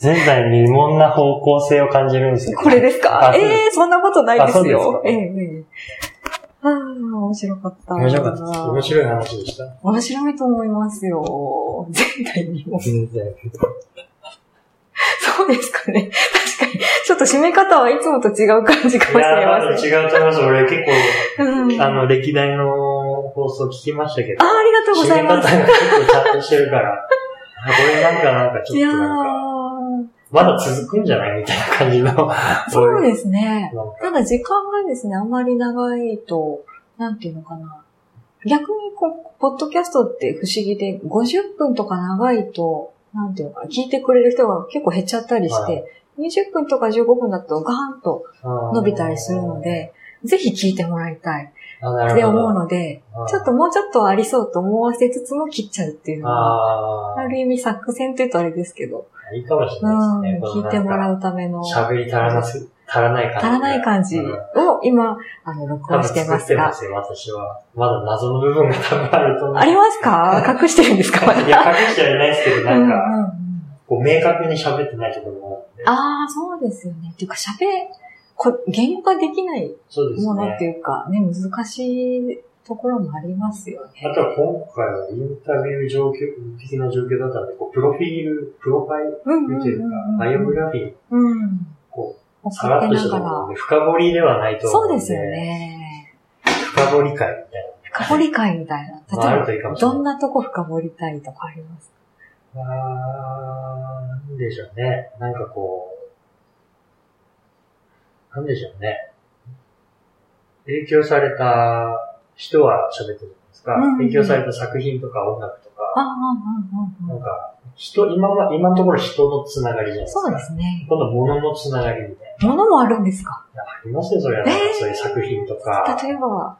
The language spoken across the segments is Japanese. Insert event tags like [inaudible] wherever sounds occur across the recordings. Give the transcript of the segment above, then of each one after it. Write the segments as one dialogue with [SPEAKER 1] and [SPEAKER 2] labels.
[SPEAKER 1] 前代未聞な方向性を感じるんですよ。
[SPEAKER 2] これですか
[SPEAKER 1] あそう
[SPEAKER 2] え
[SPEAKER 1] です
[SPEAKER 2] えそんなことないです
[SPEAKER 1] あそ
[SPEAKER 2] よ
[SPEAKER 1] う。
[SPEAKER 2] え
[SPEAKER 1] で
[SPEAKER 2] え
[SPEAKER 1] すか
[SPEAKER 2] ええああ、面白かった。
[SPEAKER 1] 面白かったです。面白い話でした。
[SPEAKER 2] 面白いと思いますよ。前代未聞。
[SPEAKER 1] 全然。
[SPEAKER 2] [laughs] そうですかね。確かに。ちょっと締め方はいつもと違う感じか
[SPEAKER 1] い
[SPEAKER 2] もしれ
[SPEAKER 1] やー、
[SPEAKER 2] ません。
[SPEAKER 1] 違うと思います。俺結
[SPEAKER 2] うん、
[SPEAKER 1] 構、
[SPEAKER 2] あ
[SPEAKER 1] あの、歴代の放送聞きましたけど
[SPEAKER 2] あ、、ありがとうございます。
[SPEAKER 1] 締め方が結構ちゃんとしてるから、俺なんかなんかち
[SPEAKER 2] い
[SPEAKER 1] ょ
[SPEAKER 2] や
[SPEAKER 1] っとなんか、
[SPEAKER 2] ー、
[SPEAKER 1] まだ続くんじゃないみたいな感じの。
[SPEAKER 2] そ
[SPEAKER 1] す。
[SPEAKER 2] うですね。
[SPEAKER 1] なんか
[SPEAKER 2] ただ時間がですね、あまり長いと、なんていうのかな。逆にこう、ポッドキャストって不思議で、50分とか長いと、なんていうのかな、聞いてくれる人が結構減っちゃったりして、
[SPEAKER 1] は
[SPEAKER 2] 20分とか15分だとガーンと伸びたりするの。で、ぜひ聞いてもらいたい
[SPEAKER 1] あなる
[SPEAKER 2] っ
[SPEAKER 1] ほ
[SPEAKER 2] て
[SPEAKER 1] ど
[SPEAKER 2] 思うので、ちょっともうちょっとありそうと思わせつつも切っちゃうっていうのは、
[SPEAKER 1] ああ
[SPEAKER 2] ある意味作戦というとあれですけど、
[SPEAKER 1] ー、いいかもしれ
[SPEAKER 2] う、
[SPEAKER 1] なんいですね。この
[SPEAKER 2] 聞いても
[SPEAKER 1] なん
[SPEAKER 2] ら
[SPEAKER 1] か
[SPEAKER 2] うための。
[SPEAKER 1] 喋り足らなす、足らない感じ。
[SPEAKER 2] 足らない感じ
[SPEAKER 1] うん
[SPEAKER 2] を今、あの、録
[SPEAKER 1] 多
[SPEAKER 2] 音
[SPEAKER 1] 分
[SPEAKER 2] してま
[SPEAKER 1] 作っ
[SPEAKER 2] す
[SPEAKER 1] てま
[SPEAKER 2] が。
[SPEAKER 1] すよ、私は。まだ謎の部分が多分あると思う。
[SPEAKER 2] ありますか隠してるんですかまだ
[SPEAKER 1] いや、隠してはいないですけど、なん
[SPEAKER 2] う
[SPEAKER 1] か、
[SPEAKER 2] んうんうん
[SPEAKER 1] こう、明確に喋ってないところもあるんで。
[SPEAKER 2] ああ、そうですよね。っていうか、喋、こ言語化できない
[SPEAKER 1] そうです
[SPEAKER 2] ものって
[SPEAKER 1] ね。
[SPEAKER 2] いうか、ね、難しいところもありますよね。
[SPEAKER 1] あとは今回はインタビュー状況、的な状況だったので、こう、プロフィール、プロファイル
[SPEAKER 2] うんうん
[SPEAKER 1] 見
[SPEAKER 2] う
[SPEAKER 1] て
[SPEAKER 2] ん
[SPEAKER 1] る
[SPEAKER 2] うん。
[SPEAKER 1] バイオグラフィー、
[SPEAKER 2] うん。
[SPEAKER 1] こ
[SPEAKER 2] お
[SPEAKER 1] う、さらっとしたところで、深掘りではないと思うん
[SPEAKER 2] そう
[SPEAKER 1] で。
[SPEAKER 2] ですよ。ね。
[SPEAKER 1] 深掘り会みたい
[SPEAKER 2] 深掘り会みたい
[SPEAKER 1] な。 [laughs] まあ、あ
[SPEAKER 2] な。
[SPEAKER 1] ると
[SPEAKER 2] 例
[SPEAKER 1] いいか
[SPEAKER 2] えば、
[SPEAKER 1] もしれ
[SPEAKER 2] ど
[SPEAKER 1] ない
[SPEAKER 2] ん。なとこ深掘りたいとかありますか
[SPEAKER 1] あーなんでしょうね。なんかこう、なんでしょうね。影響された人は喋ってるんですか、
[SPEAKER 2] うんうん
[SPEAKER 1] 影響された作品とか音楽とか、
[SPEAKER 2] ああ、うんうん
[SPEAKER 1] な
[SPEAKER 2] うんん。
[SPEAKER 1] か、人、今は、今のところ人のつながりじゃないですか。
[SPEAKER 2] そうですね。
[SPEAKER 1] 今度物のつながりみたい
[SPEAKER 2] 物もあるんですか
[SPEAKER 1] な。ありますよ、それは。なんかそういう作品とか、
[SPEAKER 2] 例えば、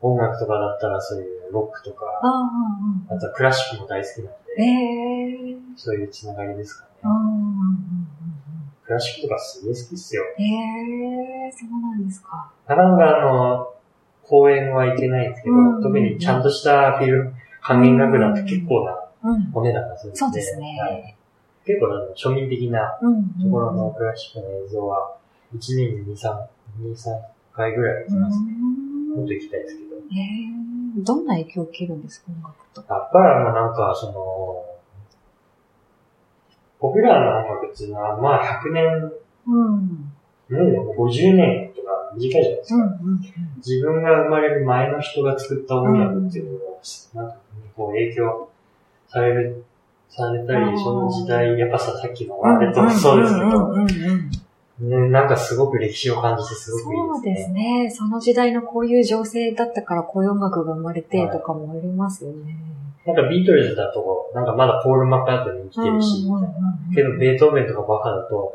[SPEAKER 1] 音楽とかだったらそういうロックと
[SPEAKER 2] ああ
[SPEAKER 1] か、、
[SPEAKER 2] うん
[SPEAKER 1] あとはクラシックも大好きなん
[SPEAKER 2] うん。
[SPEAKER 1] で、
[SPEAKER 2] ええー。
[SPEAKER 1] そういうつながりですか
[SPEAKER 2] う
[SPEAKER 1] ね。
[SPEAKER 2] んうんうん
[SPEAKER 1] クラシックとかすげえ好きっすよ。
[SPEAKER 2] うん。ええー、そうなんですか。
[SPEAKER 1] なかなかあの、公演は行けないんですけど、
[SPEAKER 2] うん
[SPEAKER 1] 特にちゃんとしたフィルム、管弦楽団って結構な
[SPEAKER 2] うん。
[SPEAKER 1] お値段がするんで。
[SPEAKER 2] そうですね
[SPEAKER 1] はい結構あの庶民的な
[SPEAKER 2] うん、うん。
[SPEAKER 1] ところのクラシックの映像は、1年に2、3、2、3回ぐらい行きます。もっと行きたいですけど。
[SPEAKER 2] ええー、どんな影響を受けるんですか、音楽と。
[SPEAKER 1] やっぱりもうなんか、その、ポピュラーな音楽っていうのは、まあ100年、
[SPEAKER 2] うん。うん、
[SPEAKER 1] もう50年とか短いじゃないです
[SPEAKER 2] う
[SPEAKER 1] か。
[SPEAKER 2] ん。
[SPEAKER 1] 自分が生まれる前の人が作った音楽っていうのを、なんかこう影響される、された
[SPEAKER 2] う
[SPEAKER 1] り、
[SPEAKER 2] ん
[SPEAKER 1] その時代、やっぱさ、さっきのワールドもそうですけど、
[SPEAKER 2] うんうんうんうん。
[SPEAKER 1] ね、なんかすごく歴史を感じてすごく
[SPEAKER 2] そう
[SPEAKER 1] いい
[SPEAKER 2] で
[SPEAKER 1] ですすね。
[SPEAKER 2] ね。その時代のこういう情勢だったからこういう音楽が生まれてとかもありますよね。
[SPEAKER 1] なんかビートルズだと、なんかまだポール・マッカートニー生きてるし、
[SPEAKER 2] うんうんうん
[SPEAKER 1] けどベートーベンとかバカだと、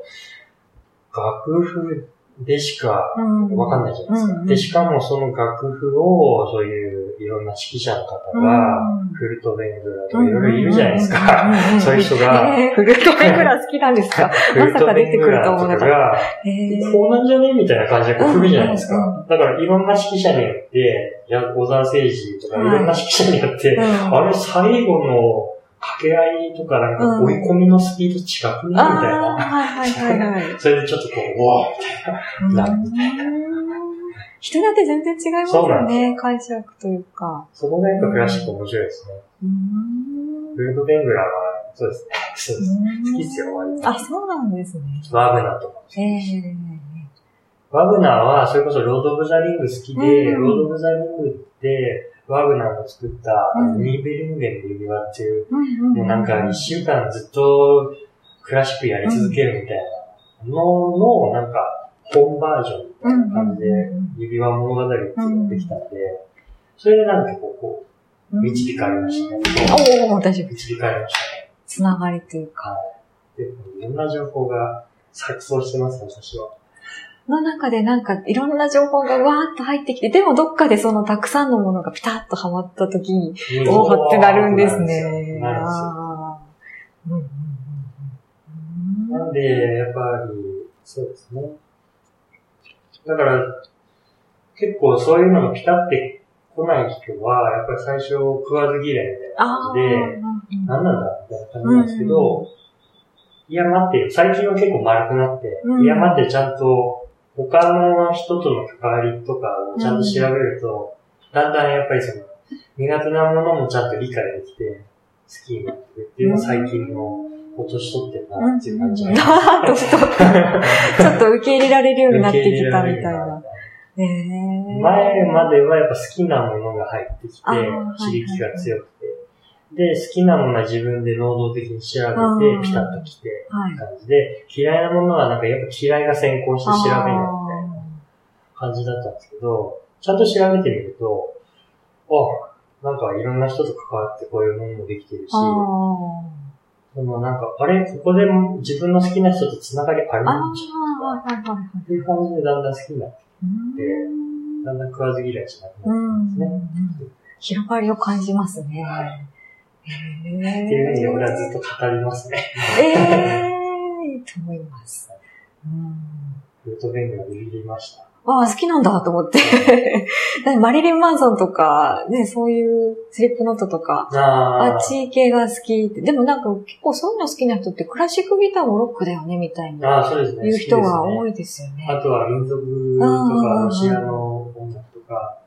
[SPEAKER 1] 楽譜でしか
[SPEAKER 2] うん、
[SPEAKER 1] わかんないじゃないです
[SPEAKER 2] うんう
[SPEAKER 1] か。
[SPEAKER 2] ん
[SPEAKER 1] で、しかもその楽譜を、そういういろんな指揮者の方が、フルトベングラとかいろいろいるじゃないですか。
[SPEAKER 2] か
[SPEAKER 1] そういう人が、
[SPEAKER 2] えー、フルートベングラ好きなんですか
[SPEAKER 1] フルトベングラとかが、
[SPEAKER 2] えー
[SPEAKER 1] こうなんじゃねみたいな感じでこう
[SPEAKER 2] うん
[SPEAKER 1] 来るじゃないです
[SPEAKER 2] うんう
[SPEAKER 1] か。だからいろんな指揮者によって、いや小沢誠二とかい
[SPEAKER 2] はい
[SPEAKER 1] ろんな指揮者によって、
[SPEAKER 2] うん
[SPEAKER 1] あれ最後の掛け合いとかなんか
[SPEAKER 2] うん
[SPEAKER 1] 追い込みのスピード近くねみたい
[SPEAKER 2] ああ
[SPEAKER 1] な。
[SPEAKER 2] ー、はいはいはいはい。
[SPEAKER 1] それでちょっとこう、うわ [laughs] なるほ
[SPEAKER 2] 人によって全然違います
[SPEAKER 1] そうな
[SPEAKER 2] よ
[SPEAKER 1] ん
[SPEAKER 2] ね、解釈というか。
[SPEAKER 1] そこがやっぱクラシック面白いですね。
[SPEAKER 2] うーん
[SPEAKER 1] フルトベングラは、そうですね。そうです。好きっすよ割と
[SPEAKER 2] あ、そうなんですね。
[SPEAKER 1] ワーグナーとか。
[SPEAKER 2] ええ
[SPEAKER 1] ワグナーは、それこそロード・オブ・ザ・リング好きで、
[SPEAKER 2] うん
[SPEAKER 1] ロード・オブ・ザ・リングって、ワグナーの作った、あの
[SPEAKER 2] うん
[SPEAKER 1] ニーベルンゲンの指輪っていう、
[SPEAKER 2] も
[SPEAKER 1] もうなんか一週間ずっとクラシックやり続けるみたいなのの、なんか、本バージョンみたいな感じで
[SPEAKER 2] うんうんうんうん、
[SPEAKER 1] 指輪物語っていうのができたんで、それでなんか結構こう、導かれましたね。そう
[SPEAKER 2] おお、大丈夫。
[SPEAKER 1] 導かれましたね。
[SPEAKER 2] つながりというか。
[SPEAKER 1] はい。で、いろんな情報が錯綜してます、私は。
[SPEAKER 2] の中でなんかいろんな情報がわーっと入ってきて、でもどっかでそのたくさんのものがピタッとはまった時に、おおってなるんですね。
[SPEAKER 1] なるんですよ
[SPEAKER 2] あーうんうんうんうん
[SPEAKER 1] なんで、やっぱり、そうですね。だから、結構そういうのがピタって来ない人は、やっぱり最初食わず嫌いみたいな
[SPEAKER 2] あ
[SPEAKER 1] 感
[SPEAKER 2] ー
[SPEAKER 1] じで、
[SPEAKER 2] うんうん
[SPEAKER 1] 何なんだみたいな感じなんですけど、いや待って、最近は結構丸くなって、
[SPEAKER 2] うん
[SPEAKER 1] いや待ってちゃんと他の人との関わりとかをちゃんと調べると、だんだんやっぱりその苦手なものもちゃんと理解できて、好きになってくるっていうのが最近の落としとってるなっていう感じ。
[SPEAKER 2] うんあー年取った。ちょっと受け入れられるようになってきたみたいな。。えー、
[SPEAKER 1] 前まではやっぱ好きなものが入ってきて、
[SPEAKER 2] あーはいはい
[SPEAKER 1] 刺激が強くて、で、好きなものは自分で能動的に調べ
[SPEAKER 2] うん
[SPEAKER 1] て、ピタッときて、
[SPEAKER 2] はい。
[SPEAKER 1] 感じで、嫌いなものはなんかやっぱ嫌いが先行して調べないみたいな感じだったんですけど、ちゃんと調べてみると、あ、なんかいろんな人と関わってこういうものもできてるし、
[SPEAKER 2] あ
[SPEAKER 1] そ
[SPEAKER 2] ー
[SPEAKER 1] のなんか、あれ、ここでも自分の好きな人と繋がりある
[SPEAKER 2] あー、
[SPEAKER 1] んでしょ
[SPEAKER 2] はいはいはいはい。
[SPEAKER 1] っていう感じでだんだん好きになって、
[SPEAKER 2] うん
[SPEAKER 1] だんだん食わず嫌いしなく
[SPEAKER 2] う
[SPEAKER 1] なっ
[SPEAKER 2] ん
[SPEAKER 1] ね
[SPEAKER 2] 広がりを感じますね。
[SPEAKER 1] は
[SPEAKER 2] へ
[SPEAKER 1] て、
[SPEAKER 2] ー
[SPEAKER 1] っていうふうに俺はずっと語りますね。
[SPEAKER 2] ええいいと思います。うん
[SPEAKER 1] ルートベングがビビりました。
[SPEAKER 2] わあ、好きなんだと思って。 [laughs] だってマリリン・マンソンとか、ね、そういうスリップノートとか、あ
[SPEAKER 1] あ
[SPEAKER 2] っ
[SPEAKER 1] ー
[SPEAKER 2] ち系が好きって。でもなんか結構そういうの好きな人ってクラシックギターもロックだよね、みたいな、
[SPEAKER 1] あー、そうですね。
[SPEAKER 2] いう人が
[SPEAKER 1] 好き
[SPEAKER 2] 多いですよね
[SPEAKER 1] ですね。。あとは民族と
[SPEAKER 2] うんうんうん
[SPEAKER 1] か、ロシアの音楽とか、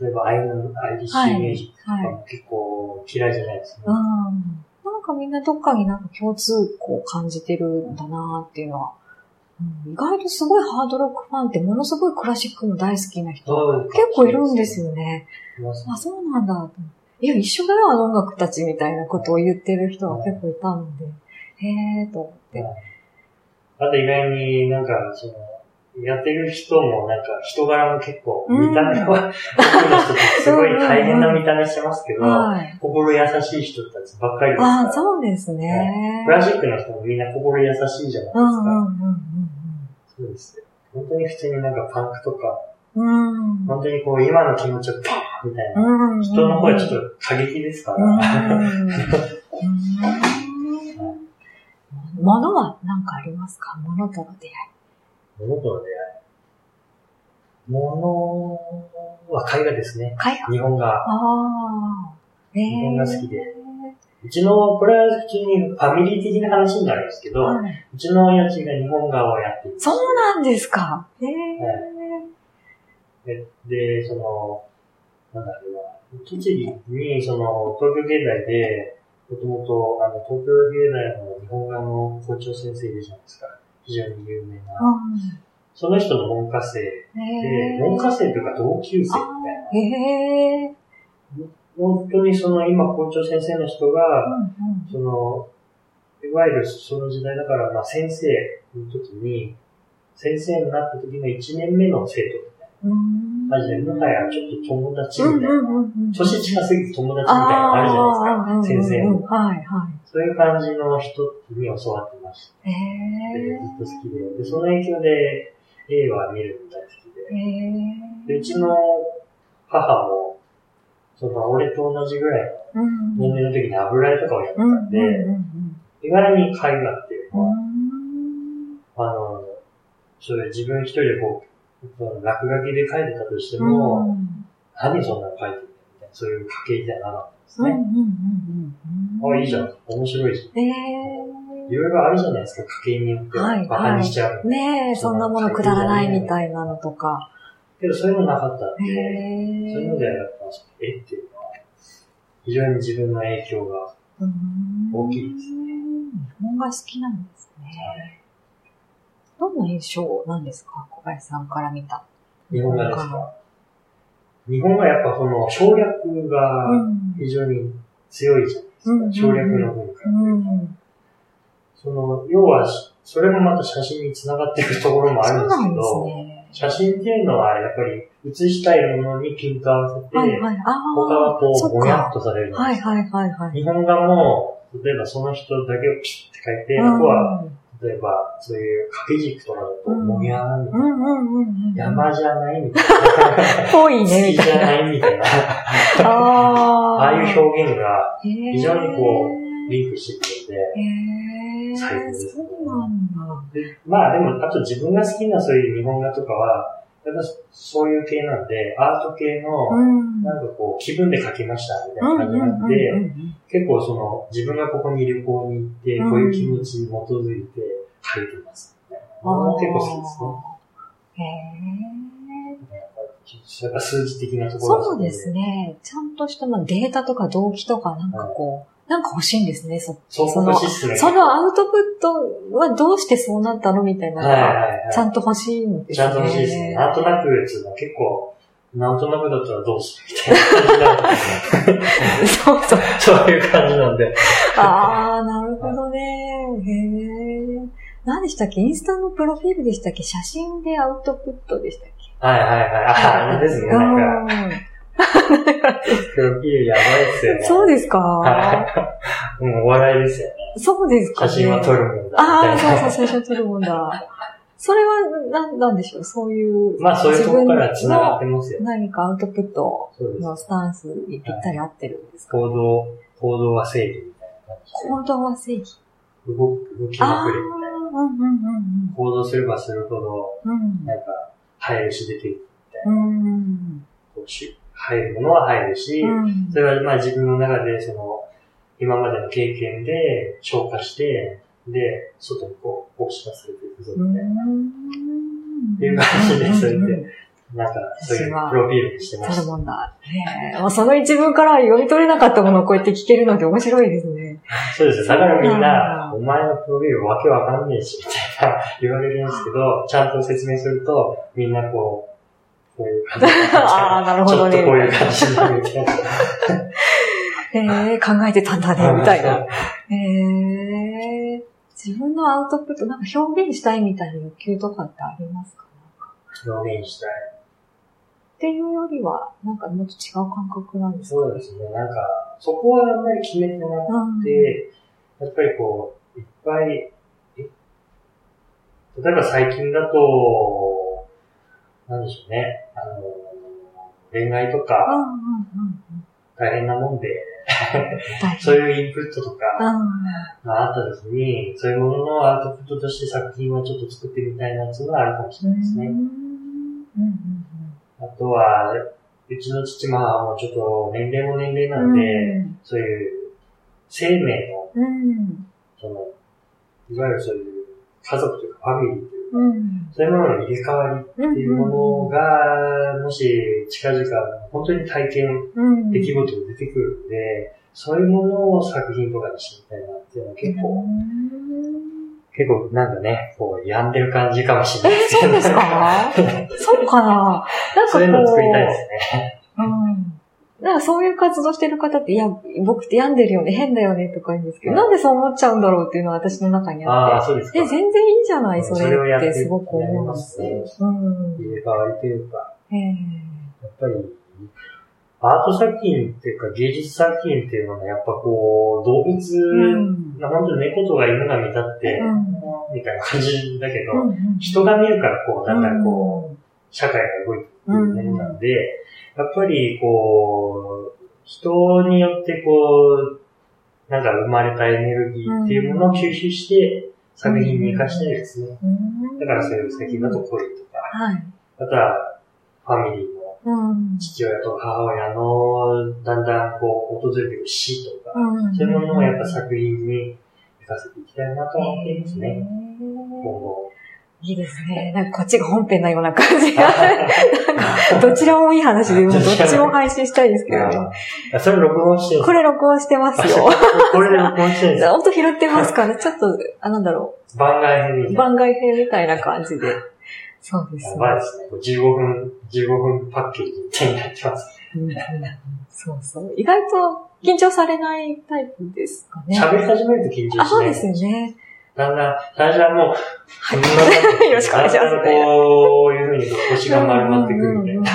[SPEAKER 1] 例えばアイヌ、アイリッシュミュージック
[SPEAKER 2] は
[SPEAKER 1] とか
[SPEAKER 2] い。
[SPEAKER 1] も結構嫌いじゃないですね
[SPEAKER 2] う。ん。なんかみんなどっかになんか共通項を感じてるんだなっていうのは、うん意外とすごいハードロックファンってものすごいクラシックの大好きな人、
[SPEAKER 1] そう
[SPEAKER 2] 結構いるんです
[SPEAKER 1] よ。
[SPEAKER 2] よね。
[SPEAKER 1] います
[SPEAKER 2] あ、そうなんだ。いや、一緒だよ、あの音楽たちみたいなことを言ってる人が結構いたので、へーと思って。
[SPEAKER 1] あと意外になんか、その、やってる人もなんか人柄も結構、見た目は、僕の人ってすごい大変な見た目してますけど、
[SPEAKER 2] はい。
[SPEAKER 1] 心優しい人たちばっかりですから
[SPEAKER 2] あ、そうですね
[SPEAKER 1] ク。ラシックの人もみんな心優しいじゃないです
[SPEAKER 2] う
[SPEAKER 1] か。
[SPEAKER 2] んうんうん
[SPEAKER 1] そうですよ。本当に普通になんかパンクとか、
[SPEAKER 2] うんうん。
[SPEAKER 1] 本当にこう今の気持ちをパンみたいな。
[SPEAKER 2] うん。
[SPEAKER 1] 人の方はちょっと過激ですから。
[SPEAKER 2] 物は何かありますか物との出会い。
[SPEAKER 1] 物との出会い。物は絵画ですね。
[SPEAKER 2] 海外
[SPEAKER 1] 日本が。
[SPEAKER 2] ああ。ええ。
[SPEAKER 1] 日本が好きでうちの、これは普通にファミリー的な話になるんですけど、
[SPEAKER 2] はい。
[SPEAKER 1] うちの親父が日本画をやっていて
[SPEAKER 2] そうなんですか。ええ。
[SPEAKER 1] で、その、なんだろうな、栃木に、その、東京芸大で、もともと、あの、東京芸大の日本画の校長先生いるじゃないですか。非常に有名な。
[SPEAKER 2] う
[SPEAKER 1] その人の文科生
[SPEAKER 2] ん。
[SPEAKER 1] で
[SPEAKER 2] え、え。
[SPEAKER 1] 文科生というか同級生みたいな。
[SPEAKER 2] ええ。
[SPEAKER 1] 本当にその、今校長先生の人
[SPEAKER 2] う
[SPEAKER 1] が、
[SPEAKER 2] んうん
[SPEAKER 1] その、いわゆるその時代だから、まあ先生の時に、先生になった時の1年目の生徒みたい
[SPEAKER 2] うん。
[SPEAKER 1] な感じで、もはやちょっと友達
[SPEAKER 2] うん
[SPEAKER 1] み
[SPEAKER 2] う
[SPEAKER 1] たいな。
[SPEAKER 2] んうんうん。
[SPEAKER 1] 年近すぎて友達みたいなの
[SPEAKER 2] あ
[SPEAKER 1] あるじゃないですか。
[SPEAKER 2] あ、
[SPEAKER 1] 先生
[SPEAKER 2] うんうんうん
[SPEAKER 1] も
[SPEAKER 2] はいは
[SPEAKER 1] そういう感じの人に教わってまし
[SPEAKER 2] い。え
[SPEAKER 1] た。でずっと好
[SPEAKER 2] え。
[SPEAKER 1] きで。で、その影響で映画見るの大好き
[SPEAKER 2] え
[SPEAKER 1] で。
[SPEAKER 2] え。
[SPEAKER 1] で、うちの母も、その俺と同じぐらい
[SPEAKER 2] うん。
[SPEAKER 1] の年齢の時に油絵とかをやってた
[SPEAKER 2] うんうん
[SPEAKER 1] んで、
[SPEAKER 2] うんうん。
[SPEAKER 1] 意外に絵画っていう
[SPEAKER 2] うー
[SPEAKER 1] のは、あ
[SPEAKER 2] ん
[SPEAKER 1] の、それ自分一人でこう、その落書きで描いてたとしても、何そんなの描いてるんだみたいな、そういう家系じゃなかったんです
[SPEAKER 2] うんうんうん
[SPEAKER 1] ね。
[SPEAKER 2] うんうん。
[SPEAKER 1] あ、いいじゃん。面白いじゃん。
[SPEAKER 2] え
[SPEAKER 1] いろいろあるじゃないですか、家計によっては。
[SPEAKER 2] はい
[SPEAKER 1] バカにしちゃう。
[SPEAKER 2] ー、ねえ、そんなものくだらないみたいなのとか。
[SPEAKER 1] けど、そういうのなかったん
[SPEAKER 2] へ
[SPEAKER 1] で、そういうので
[SPEAKER 2] え。
[SPEAKER 1] やっぱ、絵っていうのは、非常に自分の影響が、
[SPEAKER 2] うーん
[SPEAKER 1] 大きいです
[SPEAKER 2] 日本が好きなんですね。どんな印象なんですか小林さんから見た。
[SPEAKER 1] 日本画ですか。日本はやっぱその、省略
[SPEAKER 2] う
[SPEAKER 1] が
[SPEAKER 2] ん。
[SPEAKER 1] 非常に強いじゃ
[SPEAKER 2] うんうんう
[SPEAKER 1] なんいですか。省略の文化。
[SPEAKER 2] うん。
[SPEAKER 1] その、要は、それもまた写真に繋がっていくところもあ
[SPEAKER 2] そ
[SPEAKER 1] るん
[SPEAKER 2] う
[SPEAKER 1] です
[SPEAKER 2] な
[SPEAKER 1] け
[SPEAKER 2] んです
[SPEAKER 1] ど、
[SPEAKER 2] ね。
[SPEAKER 1] 写真っていうのはやっぱり写したいものにピント合わせて、
[SPEAKER 2] はいはい。あ
[SPEAKER 1] 他はこ、
[SPEAKER 2] あ、そうっ
[SPEAKER 1] ぼやっ
[SPEAKER 2] か。
[SPEAKER 1] とされるんですよ
[SPEAKER 2] はいはいはいはい。
[SPEAKER 1] 日本画も、例えばその人だけをピッて書いて、あとは、例えば、そういう掛け軸とかだと、
[SPEAKER 2] うん
[SPEAKER 1] もぎゃーみ
[SPEAKER 2] う
[SPEAKER 1] たい
[SPEAKER 2] んうんうんうんうん。
[SPEAKER 1] な。山じゃないみたいな。
[SPEAKER 2] ぽいね、み
[SPEAKER 1] 月じ
[SPEAKER 2] たい
[SPEAKER 1] ゃ
[SPEAKER 2] な。
[SPEAKER 1] ないみたいな。
[SPEAKER 2] あ
[SPEAKER 1] ああいう表現が
[SPEAKER 2] 表
[SPEAKER 1] 非常にこ
[SPEAKER 2] う
[SPEAKER 1] リンクしてくる
[SPEAKER 2] へえ
[SPEAKER 1] 最高です
[SPEAKER 2] そうなんだ。
[SPEAKER 1] ので。まあでも、あと自分が好きなそういう日本画とかは、やっぱそういう系なんで、アート系
[SPEAKER 2] う
[SPEAKER 1] の、
[SPEAKER 2] ん。
[SPEAKER 1] なんかこう、気分で描きましたみたい
[SPEAKER 2] うん
[SPEAKER 1] な
[SPEAKER 2] う
[SPEAKER 1] 感じなん
[SPEAKER 2] んうん
[SPEAKER 1] で、
[SPEAKER 2] うん
[SPEAKER 1] 結構その、自分がここに旅行に行って、
[SPEAKER 2] うん
[SPEAKER 1] こういう気持ちに基づいて書いてますみたいなのが結構好
[SPEAKER 2] へえ。
[SPEAKER 1] きですね。やっぱ数字的なところ
[SPEAKER 2] そうで
[SPEAKER 1] ね。
[SPEAKER 2] すね。ちゃんとしたまあデータとか動機とかなんかこう、なんか欲しいんですね。そ
[SPEAKER 1] そう
[SPEAKER 2] そ
[SPEAKER 1] そ
[SPEAKER 2] の
[SPEAKER 1] の資質ね。
[SPEAKER 2] そのアウトプットはどうしてそうなったのみたいなの
[SPEAKER 1] はいはい
[SPEAKER 2] が、
[SPEAKER 1] はい。
[SPEAKER 2] ちゃんと欲しいんです [laughs]
[SPEAKER 1] ちゃ
[SPEAKER 2] ね。
[SPEAKER 1] んと欲しいですね。なんとなくっていうのは結構、なんとなくだったらどうするみたいな感じなんで [laughs]
[SPEAKER 2] そうそう。
[SPEAKER 1] そういう感じなんで。
[SPEAKER 2] ああ、なるほどね。へえ。何でしたっけインスタのプロフィールでしたっけ写真でアウトプットでしたっけ
[SPEAKER 1] はいはいはい。あ、あれですね。なんか、プロフィールやばいっすよ
[SPEAKER 2] うん
[SPEAKER 1] ね。
[SPEAKER 2] そうですか
[SPEAKER 1] はい。もうお笑いですよね。
[SPEAKER 2] そうですか、
[SPEAKER 1] 写
[SPEAKER 2] ね、
[SPEAKER 1] 真は撮るもんだ。
[SPEAKER 2] ああ、
[SPEAKER 1] みたいな
[SPEAKER 2] そうそう、最初撮るもんだ。それは、な、なんでしょうそうい
[SPEAKER 1] [laughs]
[SPEAKER 2] う。
[SPEAKER 1] まあそういうところから繋がっ
[SPEAKER 2] って
[SPEAKER 1] ますよ。
[SPEAKER 2] 何かアウトプット
[SPEAKER 1] そうです。
[SPEAKER 2] のスタンスにぴったり合ってるんですか、
[SPEAKER 1] 行動、行動は正義みたいな感
[SPEAKER 2] 行動は正義。
[SPEAKER 1] じで。動く、動き
[SPEAKER 2] あ
[SPEAKER 1] ま
[SPEAKER 2] あ、う
[SPEAKER 1] く
[SPEAKER 2] ん
[SPEAKER 1] れ。
[SPEAKER 2] うんうん
[SPEAKER 1] 行動すればするほど、
[SPEAKER 2] うん。
[SPEAKER 1] なんか、入るし出てくる。
[SPEAKER 2] うん。
[SPEAKER 1] こうし入るものは入るし、
[SPEAKER 2] うん。
[SPEAKER 1] それはまあ自分の中で、その、今までの経験で消化して、で、外にこう、押し出されていくぞ
[SPEAKER 2] う
[SPEAKER 1] みたいな。
[SPEAKER 2] ん
[SPEAKER 1] っていう感じでそれで
[SPEAKER 2] うんうんうん
[SPEAKER 1] なんか、そういうプロフィールにしてま
[SPEAKER 2] そ
[SPEAKER 1] し
[SPEAKER 2] るもんだ。ねえもうその一文から読み取れなかったものをこうやって聞けるので面白いですね。
[SPEAKER 1] た。そうですよだからみんな、
[SPEAKER 2] う
[SPEAKER 1] お前のプロフィールわけわかんねえし、みたいな言われるんですけど、ちゃんと説明すると、みんなこう、こういう感じで。
[SPEAKER 2] ああ、なるほ
[SPEAKER 1] ちょ
[SPEAKER 2] ど
[SPEAKER 1] っと
[SPEAKER 2] ね。
[SPEAKER 1] こういう感じで、みたいな。
[SPEAKER 2] ええ考えてたんだね、みたいな。ええ自分のアウトプット、なんか表現したいみたいな欲求とかってありますか
[SPEAKER 1] 表現したい。
[SPEAKER 2] っていうよりは、なんかもっと違う感覚なんですか
[SPEAKER 1] そうですね。なんか、そこはあんまり決めてなく
[SPEAKER 2] うん
[SPEAKER 1] で、やっぱりこう、いっぱい、え例えば最近だと、なんでしょうね、あの、恋愛と
[SPEAKER 2] う
[SPEAKER 1] か
[SPEAKER 2] んうんうん。
[SPEAKER 1] 大変なもんで、
[SPEAKER 2] 大
[SPEAKER 1] そう
[SPEAKER 2] 変。
[SPEAKER 1] いうインプットと
[SPEAKER 2] う
[SPEAKER 1] か
[SPEAKER 2] ん。
[SPEAKER 1] があった時に、そういうもののアウトプットとして作品はちょっと作ってみたいなっていうのはあるかもしれないです
[SPEAKER 2] う
[SPEAKER 1] ね。
[SPEAKER 2] んうんうん
[SPEAKER 1] あとは、うちの父まあもうちょっと年齢も年齢
[SPEAKER 2] う。
[SPEAKER 1] なんので、そういう生命の、
[SPEAKER 2] うん。
[SPEAKER 1] その、いわゆるそういう家族というかファミリーというか
[SPEAKER 2] うん。
[SPEAKER 1] そういうものの入れ替わり
[SPEAKER 2] うん。
[SPEAKER 1] っていうものが、もし近々本当に体験、
[SPEAKER 2] うん、
[SPEAKER 1] 出来事が出てくるので、そういうものを作品とかにしてみたいなっていうのは結構、結構なんかね、こう病んでる感じかもし
[SPEAKER 2] え
[SPEAKER 1] れない
[SPEAKER 2] ーそうですかそうかなな
[SPEAKER 1] [laughs]
[SPEAKER 2] んかこう。
[SPEAKER 1] そういうのを作りたいですね。
[SPEAKER 2] うん。なんかそういう活動してる方って、いや、僕って病んでるよね、変だよねとか言うんですけど、
[SPEAKER 1] うん
[SPEAKER 2] なんでそう思っちゃうんだろうっていうのは私の中に
[SPEAKER 1] あ
[SPEAKER 2] あ
[SPEAKER 1] あ、
[SPEAKER 2] っ
[SPEAKER 1] そうです
[SPEAKER 2] て。
[SPEAKER 1] か。
[SPEAKER 2] え、
[SPEAKER 1] 入
[SPEAKER 2] 全然いいんじゃない
[SPEAKER 1] うん
[SPEAKER 2] そ
[SPEAKER 1] それを
[SPEAKER 2] れ
[SPEAKER 1] や
[SPEAKER 2] っ
[SPEAKER 1] って
[SPEAKER 2] てすごく思うんです
[SPEAKER 1] やり
[SPEAKER 2] よ
[SPEAKER 1] ま。す
[SPEAKER 2] うん。
[SPEAKER 1] れ替わりというか、
[SPEAKER 2] ええ
[SPEAKER 1] やっぱり、アート作品っていうか芸術作品っていうのはやっぱこう、動物、
[SPEAKER 2] うん。
[SPEAKER 1] 本当に猫とか犬が見たって、
[SPEAKER 2] うん
[SPEAKER 1] みたいな感じだけど、
[SPEAKER 2] うん
[SPEAKER 1] 人が見るからこう、だんだんこう、
[SPEAKER 2] う、
[SPEAKER 1] 社会が動いているものなんで、やっぱりこう、人によってこう、なんか生まれたエネルギーっていうものを吸収して、作品に活かしたいですね。
[SPEAKER 2] うん
[SPEAKER 1] だからそういう作品だと。恋とか、
[SPEAKER 2] はい。
[SPEAKER 1] あとはファミリーの
[SPEAKER 2] うん。
[SPEAKER 1] 父親と母親のだんだんこう訪れていく死とか、
[SPEAKER 2] うん
[SPEAKER 1] そういうものをやっぱ作品に活かせていきたいなとは思ってますね。
[SPEAKER 2] へ
[SPEAKER 1] 今
[SPEAKER 2] え
[SPEAKER 1] 後。
[SPEAKER 2] いいですね。なんかこっちが本編なような感
[SPEAKER 1] [laughs]
[SPEAKER 2] じが。なんかどちらもいい話で、もうどっちも配信したいですけどね。
[SPEAKER 1] あそれ録音してるん
[SPEAKER 2] こ
[SPEAKER 1] で
[SPEAKER 2] れ録音してます
[SPEAKER 1] す
[SPEAKER 2] よ。
[SPEAKER 1] かこれで録音してるんですか
[SPEAKER 2] 音拾ってますから、ちょっと、あ、なんだろ。
[SPEAKER 1] 番外編みたいうな。
[SPEAKER 2] 番外編みたいな感じで。そうです
[SPEAKER 1] や
[SPEAKER 2] ね。
[SPEAKER 1] ばいですね。これ15分、15分パッケージみたいになってます。
[SPEAKER 2] うんうんそうそう。意外と緊張されないタイプですかね。
[SPEAKER 1] 喋り始めると緊張しない。
[SPEAKER 2] あ、そうですよ。ね。
[SPEAKER 1] だんだん、最初はもう、はい
[SPEAKER 2] よろしくお願い [laughs] します
[SPEAKER 1] だんだんこういう風に腰が丸まってくるみたい
[SPEAKER 2] うんうんうん
[SPEAKER 1] な。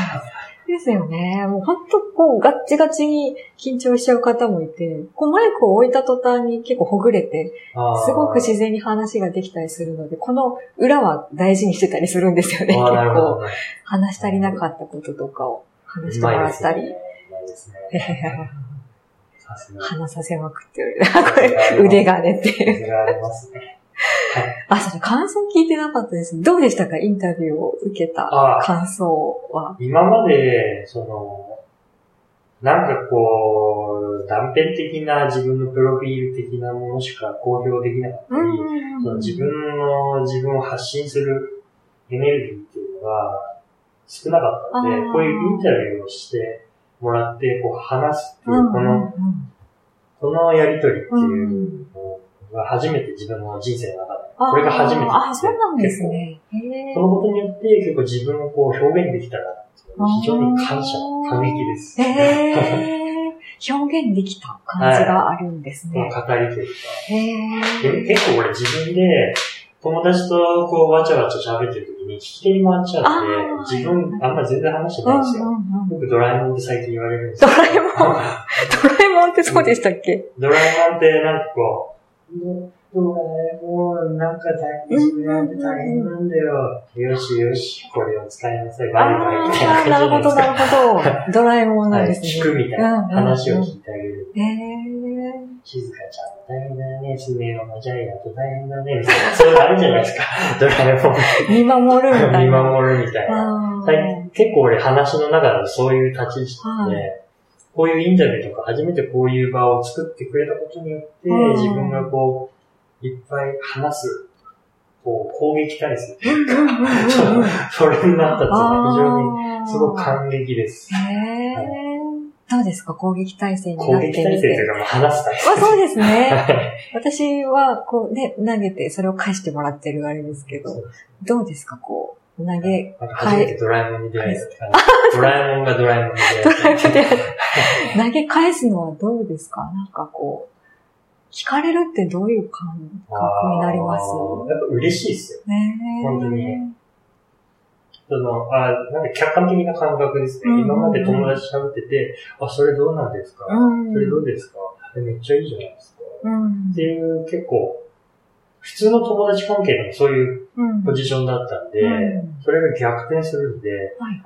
[SPEAKER 2] ですよね。もう本当こう、ガッチガチに緊張しちゃう方もいて、こう、マイクを置いた途端に結構ほぐれて、
[SPEAKER 1] あー
[SPEAKER 2] すごく自然に話ができたりするので、この裏は大事にしてたりするんですよね。結
[SPEAKER 1] あーなるほ
[SPEAKER 2] 構、
[SPEAKER 1] どね。
[SPEAKER 2] 話し足りなかったこととかを話してもらったり、
[SPEAKER 1] うまいですね。うまいです
[SPEAKER 2] [laughs]
[SPEAKER 1] ねさすが。
[SPEAKER 2] 話させまくってる。腕がねっていう。
[SPEAKER 1] 腕がありますね。
[SPEAKER 2] あ、それ感想聞いてなかったです。どうでしたかインタビューを受けた
[SPEAKER 1] ああ、
[SPEAKER 2] 感想は。
[SPEAKER 1] 今まで、その、なんかこう、断片的な自分のプロフィール的なものしか公表できなかったり、その自分の、自分を発信するエネルギーっていうのが少なかったんで
[SPEAKER 2] あー、
[SPEAKER 1] こういうインタビューをしてもらって、こう話すっていう、この、このやりとりっていうのが初めて自分の人生の中で、これが初めて
[SPEAKER 2] ああ、そうなんですね。へえ
[SPEAKER 1] そのことによって結構自分をこう表現できたなっていうのは非常に感謝、
[SPEAKER 2] あー
[SPEAKER 1] 感激です。
[SPEAKER 2] へー表現できた感じがあるんです
[SPEAKER 1] この
[SPEAKER 2] ね。
[SPEAKER 1] 語りという
[SPEAKER 2] へ
[SPEAKER 1] か。で
[SPEAKER 2] ー
[SPEAKER 1] 結構俺自分で友達とこうわちゃわちゃ喋ってる時に聞き手に回っちゃうんで、
[SPEAKER 2] あー
[SPEAKER 1] 自分あんま全然話して
[SPEAKER 2] う
[SPEAKER 1] ない
[SPEAKER 2] ん
[SPEAKER 1] ん
[SPEAKER 2] う
[SPEAKER 1] ですよ。
[SPEAKER 2] んうん
[SPEAKER 1] 僕ドラえもんって最近言われるんですよ。
[SPEAKER 2] ドラえもんドラえもんってそうでしたっけ
[SPEAKER 1] ドラえもんってなんかこう、ねドラえもんなんか大変なんで大変なんだよ。よしよし、これを使いなさい。バイバイみたいな感
[SPEAKER 2] あー
[SPEAKER 1] じ
[SPEAKER 2] なるほど、
[SPEAKER 1] じゃ
[SPEAKER 2] な
[SPEAKER 1] ないですか。
[SPEAKER 2] る
[SPEAKER 1] [laughs]
[SPEAKER 2] ほど。ドラえもんなんですね。
[SPEAKER 1] はい聞くみたい
[SPEAKER 2] な
[SPEAKER 1] 話を聞いてあげる。
[SPEAKER 2] へー
[SPEAKER 1] 静香ちゃん大変だね。スネ夫もジャイアント大変だね。みたいな。そういうのあるじゃない
[SPEAKER 2] [laughs]
[SPEAKER 1] ですか。ドラえもん。
[SPEAKER 2] 見守るみたい
[SPEAKER 1] 見
[SPEAKER 2] な。
[SPEAKER 1] 守るみたいな。
[SPEAKER 2] あー
[SPEAKER 1] 最近結構俺話の中でそういう立ち位置で、
[SPEAKER 2] は
[SPEAKER 1] こういうインタビューとか初めてこういう場を作ってくれたことによって、
[SPEAKER 2] うん
[SPEAKER 1] 自分がこう、いっぱい話す、こう、攻撃体制、
[SPEAKER 2] うんうんうんうん
[SPEAKER 1] それになったっていうのは非常に、
[SPEAKER 2] あー
[SPEAKER 1] すごく感激です。
[SPEAKER 2] へーどうですか攻撃体制にな
[SPEAKER 1] 攻
[SPEAKER 2] ってみ
[SPEAKER 1] 撃
[SPEAKER 2] て。
[SPEAKER 1] 体制というかもう話す体制。
[SPEAKER 2] まあそうですね。
[SPEAKER 1] はい
[SPEAKER 2] 私は、こうね、投げて、それを返してもらってるあれですけど、どうですか、こう、投
[SPEAKER 1] [laughs]
[SPEAKER 2] げ、
[SPEAKER 1] なんか初めてドラえもんに出会えたって感じ。ドラえもんがドラえもん
[SPEAKER 2] [laughs]
[SPEAKER 1] に出
[SPEAKER 2] ドラ
[SPEAKER 1] 会
[SPEAKER 2] イ
[SPEAKER 1] えた
[SPEAKER 2] ブ。で、投げ返すのはどうですかなんかこう、聞かれるってどういう感覚になります
[SPEAKER 1] あーやっぱ嬉しいですよ。
[SPEAKER 2] ねえ
[SPEAKER 1] 本当にその、あーなんか客観的な感覚ですね。
[SPEAKER 2] うんうんうん
[SPEAKER 1] 今まで友達と喋ってて、あ、それどうなんですか、
[SPEAKER 2] うん。
[SPEAKER 1] それどうですかえめっちゃいいじゃないですか。
[SPEAKER 2] うん
[SPEAKER 1] っていう、結構、普通の友達関係でもそういう
[SPEAKER 2] うん
[SPEAKER 1] ポジションだったんで、
[SPEAKER 2] うん
[SPEAKER 1] それが逆転するんで、
[SPEAKER 2] はい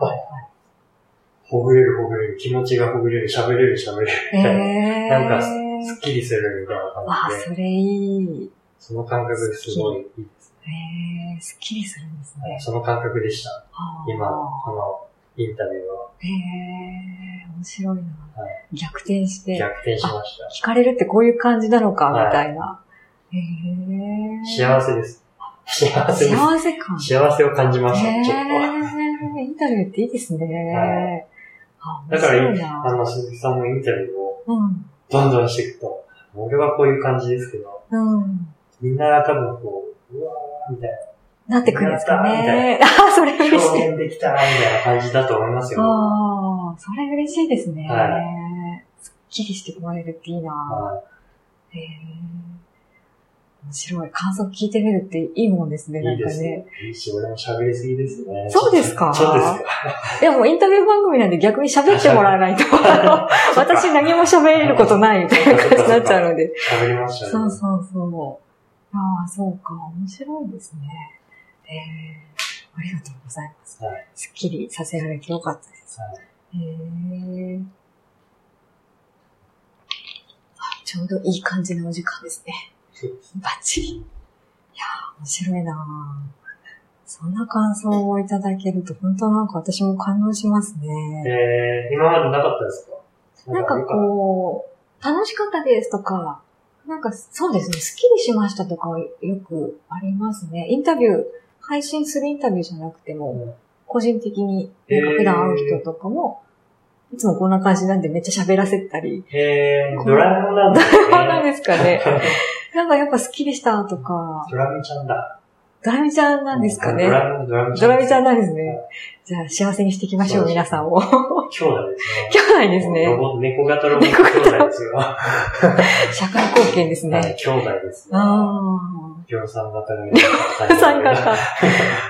[SPEAKER 1] ほぐれるほぐれる、気持ちがほぐれる、喋れる喋れるみたいな、
[SPEAKER 2] えー
[SPEAKER 1] なんかすっきりするみたいな
[SPEAKER 2] あ
[SPEAKER 1] 感じで、
[SPEAKER 2] それいい。
[SPEAKER 1] その感覚すごいいいです
[SPEAKER 2] えー、すっきりするんです
[SPEAKER 1] ね。
[SPEAKER 2] ね。
[SPEAKER 1] その感覚でした。
[SPEAKER 2] あー
[SPEAKER 1] 今、このインタビューは
[SPEAKER 2] へえー、面白いな。
[SPEAKER 1] は
[SPEAKER 2] 逆転して、
[SPEAKER 1] 逆転しました。
[SPEAKER 2] 聞かれるってこういう感じなのか、
[SPEAKER 1] はい
[SPEAKER 2] みたいな。へえ
[SPEAKER 1] 幸せです。幸せです。
[SPEAKER 2] 幸せ感。
[SPEAKER 1] 幸せを感じまし
[SPEAKER 2] へ
[SPEAKER 1] た、ちょっ
[SPEAKER 2] えインタビューっていいですね。あ
[SPEAKER 1] だから
[SPEAKER 2] 面白い
[SPEAKER 1] と。あ
[SPEAKER 2] な。
[SPEAKER 1] の、鈴木さんのインタビューを
[SPEAKER 2] うん。
[SPEAKER 1] どんどんしていくと、俺はこういう感じですけど、
[SPEAKER 2] うん。
[SPEAKER 1] みんな多分こう、うわーみたい
[SPEAKER 2] なってくるんですか
[SPEAKER 1] やったーみた
[SPEAKER 2] ね。 [laughs] ああ、それ嬉
[SPEAKER 1] な、
[SPEAKER 2] しい。
[SPEAKER 1] 表現できたみたいな感じだと思いますよ。は
[SPEAKER 2] ああ、それ嬉しいですね。
[SPEAKER 1] は
[SPEAKER 2] すっきりしてこられるっていいな。へえ面白い。感想聞いてみるっていいもんですね、
[SPEAKER 1] い、
[SPEAKER 2] ないん
[SPEAKER 1] い
[SPEAKER 2] か
[SPEAKER 1] です
[SPEAKER 2] ね
[SPEAKER 1] ね。。いいし、俺も喋りすぎですね。
[SPEAKER 2] そうですか
[SPEAKER 1] そうですか。
[SPEAKER 2] いや、もうインタビュー番組なんで逆に喋ってもらわないと。 [laughs] 私何も喋れることないみたいな感じになっちゃうので。
[SPEAKER 1] 喋りましたね。
[SPEAKER 2] そうそうそう。ああ、そうか。面白いですね。ええありがとうございます。
[SPEAKER 1] は
[SPEAKER 2] すっきりさせられてよかったです。
[SPEAKER 1] は
[SPEAKER 2] ええあちょうどいい感じのお時間ですね。
[SPEAKER 1] そうです
[SPEAKER 2] バッチリ。いやー面白いなーそんな感想をいただけると、本当なんか私も感動しますね。
[SPEAKER 1] えー、今までなかったですか
[SPEAKER 2] なんかこう、楽しかったですとか、なんかそうですね、スッキリしましたとかはよくありますね。インタビュー、配信するインタビューじゃなくて
[SPEAKER 1] う
[SPEAKER 2] も
[SPEAKER 1] ん、
[SPEAKER 2] 個人的に、なんか普段会う人とかも、いつもこんな感じなんでめっちゃ喋らせたり、
[SPEAKER 1] えー、ドラえもんなんだ、ね。
[SPEAKER 2] そうなんです
[SPEAKER 1] [laughs]
[SPEAKER 2] かね。なんかやっぱスッキリしたとか、
[SPEAKER 1] ドラミちゃんだ。
[SPEAKER 2] ドラミちゃんなんですかね。
[SPEAKER 1] ドラミ、ドラミち
[SPEAKER 2] ド
[SPEAKER 1] ゃん。
[SPEAKER 2] ラミちゃん
[SPEAKER 1] だ。
[SPEAKER 2] なんですね。じゃあ、幸せにしていきましょう、
[SPEAKER 1] そうですね
[SPEAKER 2] 皆さんを。 [laughs] 兄
[SPEAKER 1] 兄弟ですね。
[SPEAKER 2] 弟です
[SPEAKER 1] ロ
[SPEAKER 2] ね。
[SPEAKER 1] ボ猫型ロボット兄弟ですよ。は
[SPEAKER 2] 社会貢献です
[SPEAKER 1] い、
[SPEAKER 2] ね。
[SPEAKER 1] 兄弟ですね。
[SPEAKER 2] ああ。
[SPEAKER 1] 量産型が。
[SPEAKER 2] 量
[SPEAKER 1] [laughs]
[SPEAKER 2] 産型。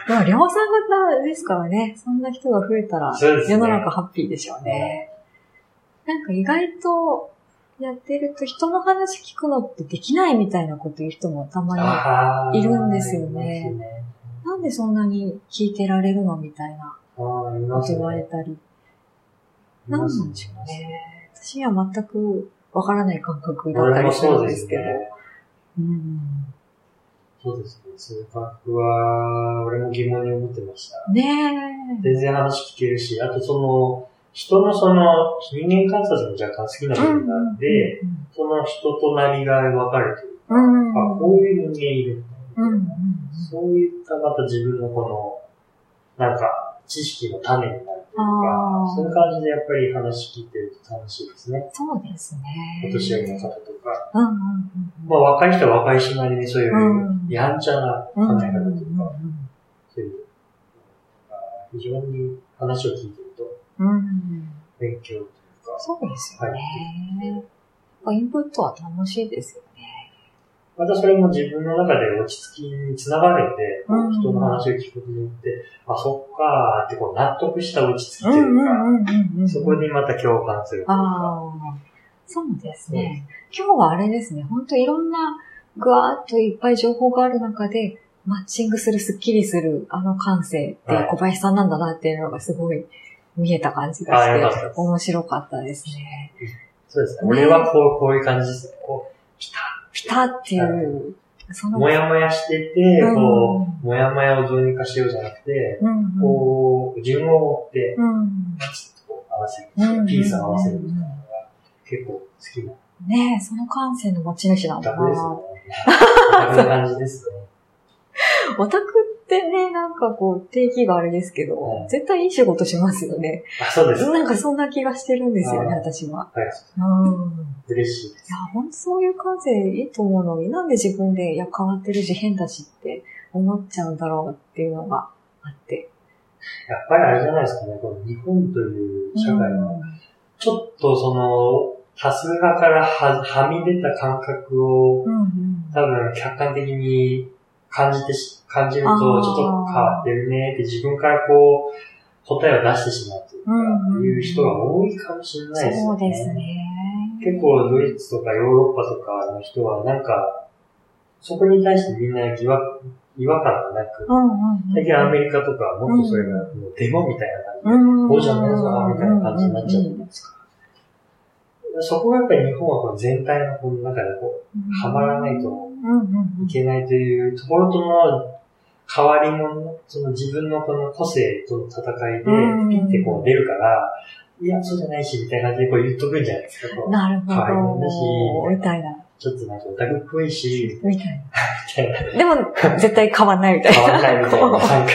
[SPEAKER 2] まあ、量産型ですからね。そんな人が増えたら、
[SPEAKER 1] そうですね
[SPEAKER 2] 世の中ハッピーでしょうね。なんか意外と、やってると人の話聞くのってできないみたいなこと言う人もたまに、
[SPEAKER 1] あー
[SPEAKER 2] いるんですよね
[SPEAKER 1] いますね
[SPEAKER 2] なんでそんなに聞いてられるのみたいな
[SPEAKER 1] あー、い
[SPEAKER 2] こ
[SPEAKER 1] ま
[SPEAKER 2] と
[SPEAKER 1] す
[SPEAKER 2] 言われ
[SPEAKER 1] ね。
[SPEAKER 2] たり。なんなんでしょうね。私には全くわからない感覚だった
[SPEAKER 1] 俺
[SPEAKER 2] り
[SPEAKER 1] も
[SPEAKER 2] する
[SPEAKER 1] そう
[SPEAKER 2] ん
[SPEAKER 1] で
[SPEAKER 2] ですす
[SPEAKER 1] けど
[SPEAKER 2] けど。。うん。
[SPEAKER 1] そうですね。数学は、俺も疑問に思ってました。
[SPEAKER 2] ねえ。
[SPEAKER 1] 全然話聞けるし、あとその、人のその、人間観察も若干好きな部分があって、その人となりが分かるという
[SPEAKER 2] うん、うん。
[SPEAKER 1] か、こういう人間いるんだ
[SPEAKER 2] うん。うん。
[SPEAKER 1] そういったまた自分のこの、なんか、知識の種になるという
[SPEAKER 2] あ
[SPEAKER 1] か、
[SPEAKER 2] ー
[SPEAKER 1] そういう感じでやっぱり話聞いてると楽しいですね。
[SPEAKER 2] そうですね。
[SPEAKER 1] お年寄りの方とか。
[SPEAKER 2] うんうん
[SPEAKER 1] まあ若い人は若い人なりにそういう
[SPEAKER 2] うん、
[SPEAKER 1] やんちゃな
[SPEAKER 2] うん。う
[SPEAKER 1] 考
[SPEAKER 2] んうん
[SPEAKER 1] え
[SPEAKER 2] う
[SPEAKER 1] 方
[SPEAKER 2] ん
[SPEAKER 1] というか、そういう、あー非常に話を聞いてると
[SPEAKER 2] うんうん。
[SPEAKER 1] 勉強というか、
[SPEAKER 2] そうですよね。インプットは楽しいですよね。
[SPEAKER 1] またそれも自分の中で落ち着きにつながるので、こう
[SPEAKER 2] うん
[SPEAKER 1] 人の話を聞くことによって、あ、そっかーってこう納得した落ち着きと
[SPEAKER 2] う
[SPEAKER 1] い
[SPEAKER 2] ん
[SPEAKER 1] うか、
[SPEAKER 2] うんうんうん。
[SPEAKER 1] そこにまた共感するというか。
[SPEAKER 2] ああ、そうですね。今日はあれですね、本当いろんなぐわーっといっぱい情報がある中で、マッチングする、スッキリする、あの感性って
[SPEAKER 1] はい
[SPEAKER 2] 小林さんなんだなっていうのがすごい見えた感じが
[SPEAKER 1] あーよかっ
[SPEAKER 2] したて
[SPEAKER 1] で、す
[SPEAKER 2] 面白かったですね。
[SPEAKER 1] そうですね。
[SPEAKER 2] ね
[SPEAKER 1] 俺はこう、こういう感じですね。こ、
[SPEAKER 2] ピタっていう、そうの、
[SPEAKER 1] もやもやしてて、
[SPEAKER 2] うん
[SPEAKER 1] こう、もやもやをどうにかしようじゃなくて、
[SPEAKER 2] うんうん、
[SPEAKER 1] こう、順を追って、
[SPEAKER 2] うん、
[SPEAKER 1] パチッとこう合わせる
[SPEAKER 2] うんうんうん。
[SPEAKER 1] ピースを合わせるみたいなのが結構好きな
[SPEAKER 2] ねえ、その感性の持ち主なんだ
[SPEAKER 1] 楽
[SPEAKER 2] な
[SPEAKER 1] で
[SPEAKER 2] ーっ
[SPEAKER 1] す
[SPEAKER 2] て
[SPEAKER 1] ね。楽な感じですね。
[SPEAKER 2] オタクってね、なんかこう、定義があれですけど、
[SPEAKER 1] うん
[SPEAKER 2] 絶対いい仕事しますよね。
[SPEAKER 1] あ、そうです。は
[SPEAKER 2] なんかそんな気がしてるんですよね、
[SPEAKER 1] うん
[SPEAKER 2] 私は。
[SPEAKER 1] い。
[SPEAKER 2] うん。
[SPEAKER 1] 嬉しいで
[SPEAKER 2] い
[SPEAKER 1] す。
[SPEAKER 2] や、ほんとそういう感性いいと思うのに、なんで自分で、いや、変わってるし変だしって思っちゃうんだろうっていうのがあって。
[SPEAKER 1] やっぱりあれじゃないですかね。この日本という社会は、ちょっとその、多数派からははみ出た感覚を
[SPEAKER 2] うんうん。
[SPEAKER 1] 多分客観的に感じてし、感じる
[SPEAKER 2] あ
[SPEAKER 1] と、
[SPEAKER 2] ー
[SPEAKER 1] ちょっと変わってるねって自分からこう、答えを出してしまうというか、
[SPEAKER 2] うんうん
[SPEAKER 1] いう人が多いかもしれないです
[SPEAKER 2] そ
[SPEAKER 1] よ
[SPEAKER 2] う
[SPEAKER 1] ね。
[SPEAKER 2] ですね。
[SPEAKER 1] 結構ドイツとかヨーロッパとかの人はなんか、そこに対してみんな疑惑、違和感がなく
[SPEAKER 2] う、んうんうん。
[SPEAKER 1] 最近アメリカとかはもっとそれがもうデモみたいな感じ
[SPEAKER 2] うん。
[SPEAKER 1] こうじゃないぞみたいな感じになっちゃうじゃ
[SPEAKER 2] うん
[SPEAKER 1] ないですか。そこがやっぱり日本はこの全体のこの中でこう、
[SPEAKER 2] うん
[SPEAKER 1] はまらないと
[SPEAKER 2] うんうんうん
[SPEAKER 1] いけないというところとの変わり者、その自分のこの個性との戦いで
[SPEAKER 2] うん、
[SPEAKER 1] ピッてこう出るから、いや、そうじゃないし、みたいな感じでこう言っとくんじゃないですか。こう
[SPEAKER 2] なるほ
[SPEAKER 1] 変わり者だし
[SPEAKER 2] ど。みたいな。
[SPEAKER 1] ちょっとなんかオタクっぽいし、
[SPEAKER 2] みたいな。
[SPEAKER 1] みたいな。
[SPEAKER 2] でも、絶対変わんないみたいな。
[SPEAKER 1] 変わんないみたいな。なんか、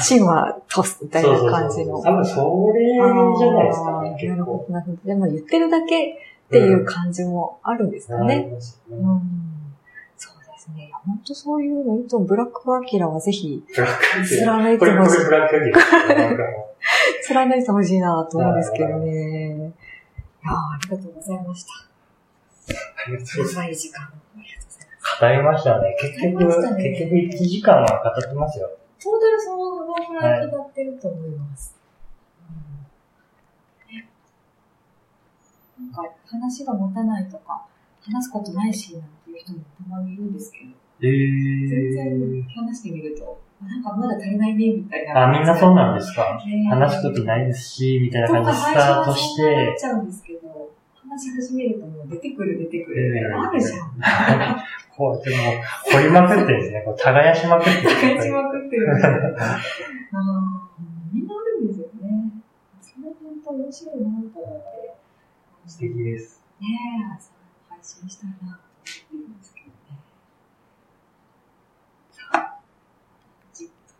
[SPEAKER 2] 芯は通 [laughs] すみたいな感じの。
[SPEAKER 1] 多分それじゃないですかね、
[SPEAKER 2] あーな
[SPEAKER 1] 結
[SPEAKER 2] るほ
[SPEAKER 1] 構。
[SPEAKER 2] ど、なるほど。でも言ってるだけっていう感じもあるんですか
[SPEAKER 1] な
[SPEAKER 2] ね。
[SPEAKER 1] りますよ
[SPEAKER 2] う
[SPEAKER 1] ね。
[SPEAKER 2] ん。そうですね。本当そういうの、いいと思うブラックアキラはぜひ
[SPEAKER 1] ブラックアキラ。
[SPEAKER 2] 貫い
[SPEAKER 1] こ
[SPEAKER 2] て
[SPEAKER 1] れ、こ
[SPEAKER 2] ほしい
[SPEAKER 1] れ、ブラックアキラですね。なんかも
[SPEAKER 2] 貫いてほしいなと思うんですけどね。いやーありがとうございました。
[SPEAKER 1] うありがとうございます
[SPEAKER 2] 長い時間。ありがとうございます。
[SPEAKER 1] 語りましたね。結
[SPEAKER 2] 語りまし
[SPEAKER 1] 局、
[SPEAKER 2] たね
[SPEAKER 1] 結局1時間は語ってますよ。
[SPEAKER 2] トータルそのぐらいになってると思います。うんなんか話が持たないとか、話すことないし、なんていう人もたまにいるんですけど、
[SPEAKER 1] え
[SPEAKER 2] 全然
[SPEAKER 1] ー。
[SPEAKER 2] 話してみると、あなんかまだ足りないね、みたいな。
[SPEAKER 1] あ、みんなそうなんですか
[SPEAKER 2] ね
[SPEAKER 1] 話すことないですし、みたいな
[SPEAKER 2] と
[SPEAKER 1] 感じ
[SPEAKER 2] か
[SPEAKER 1] でス
[SPEAKER 2] 最
[SPEAKER 1] タ
[SPEAKER 2] 初
[SPEAKER 1] ー
[SPEAKER 2] は
[SPEAKER 1] トし、
[SPEAKER 2] そんなになってちゃうんですけど、話し始めるともう出てくる出てく
[SPEAKER 1] う
[SPEAKER 2] る。
[SPEAKER 1] ん
[SPEAKER 2] あるじゃん。
[SPEAKER 1] [laughs] こう、でも、掘りまくってですね、こう、耕しまくってる。
[SPEAKER 2] 使いちまくってるんですよ。あーみんなあるんですよね。それ本当面白いなと思って。
[SPEAKER 1] 素敵です。
[SPEAKER 2] ねえ、配信したいなと思っています。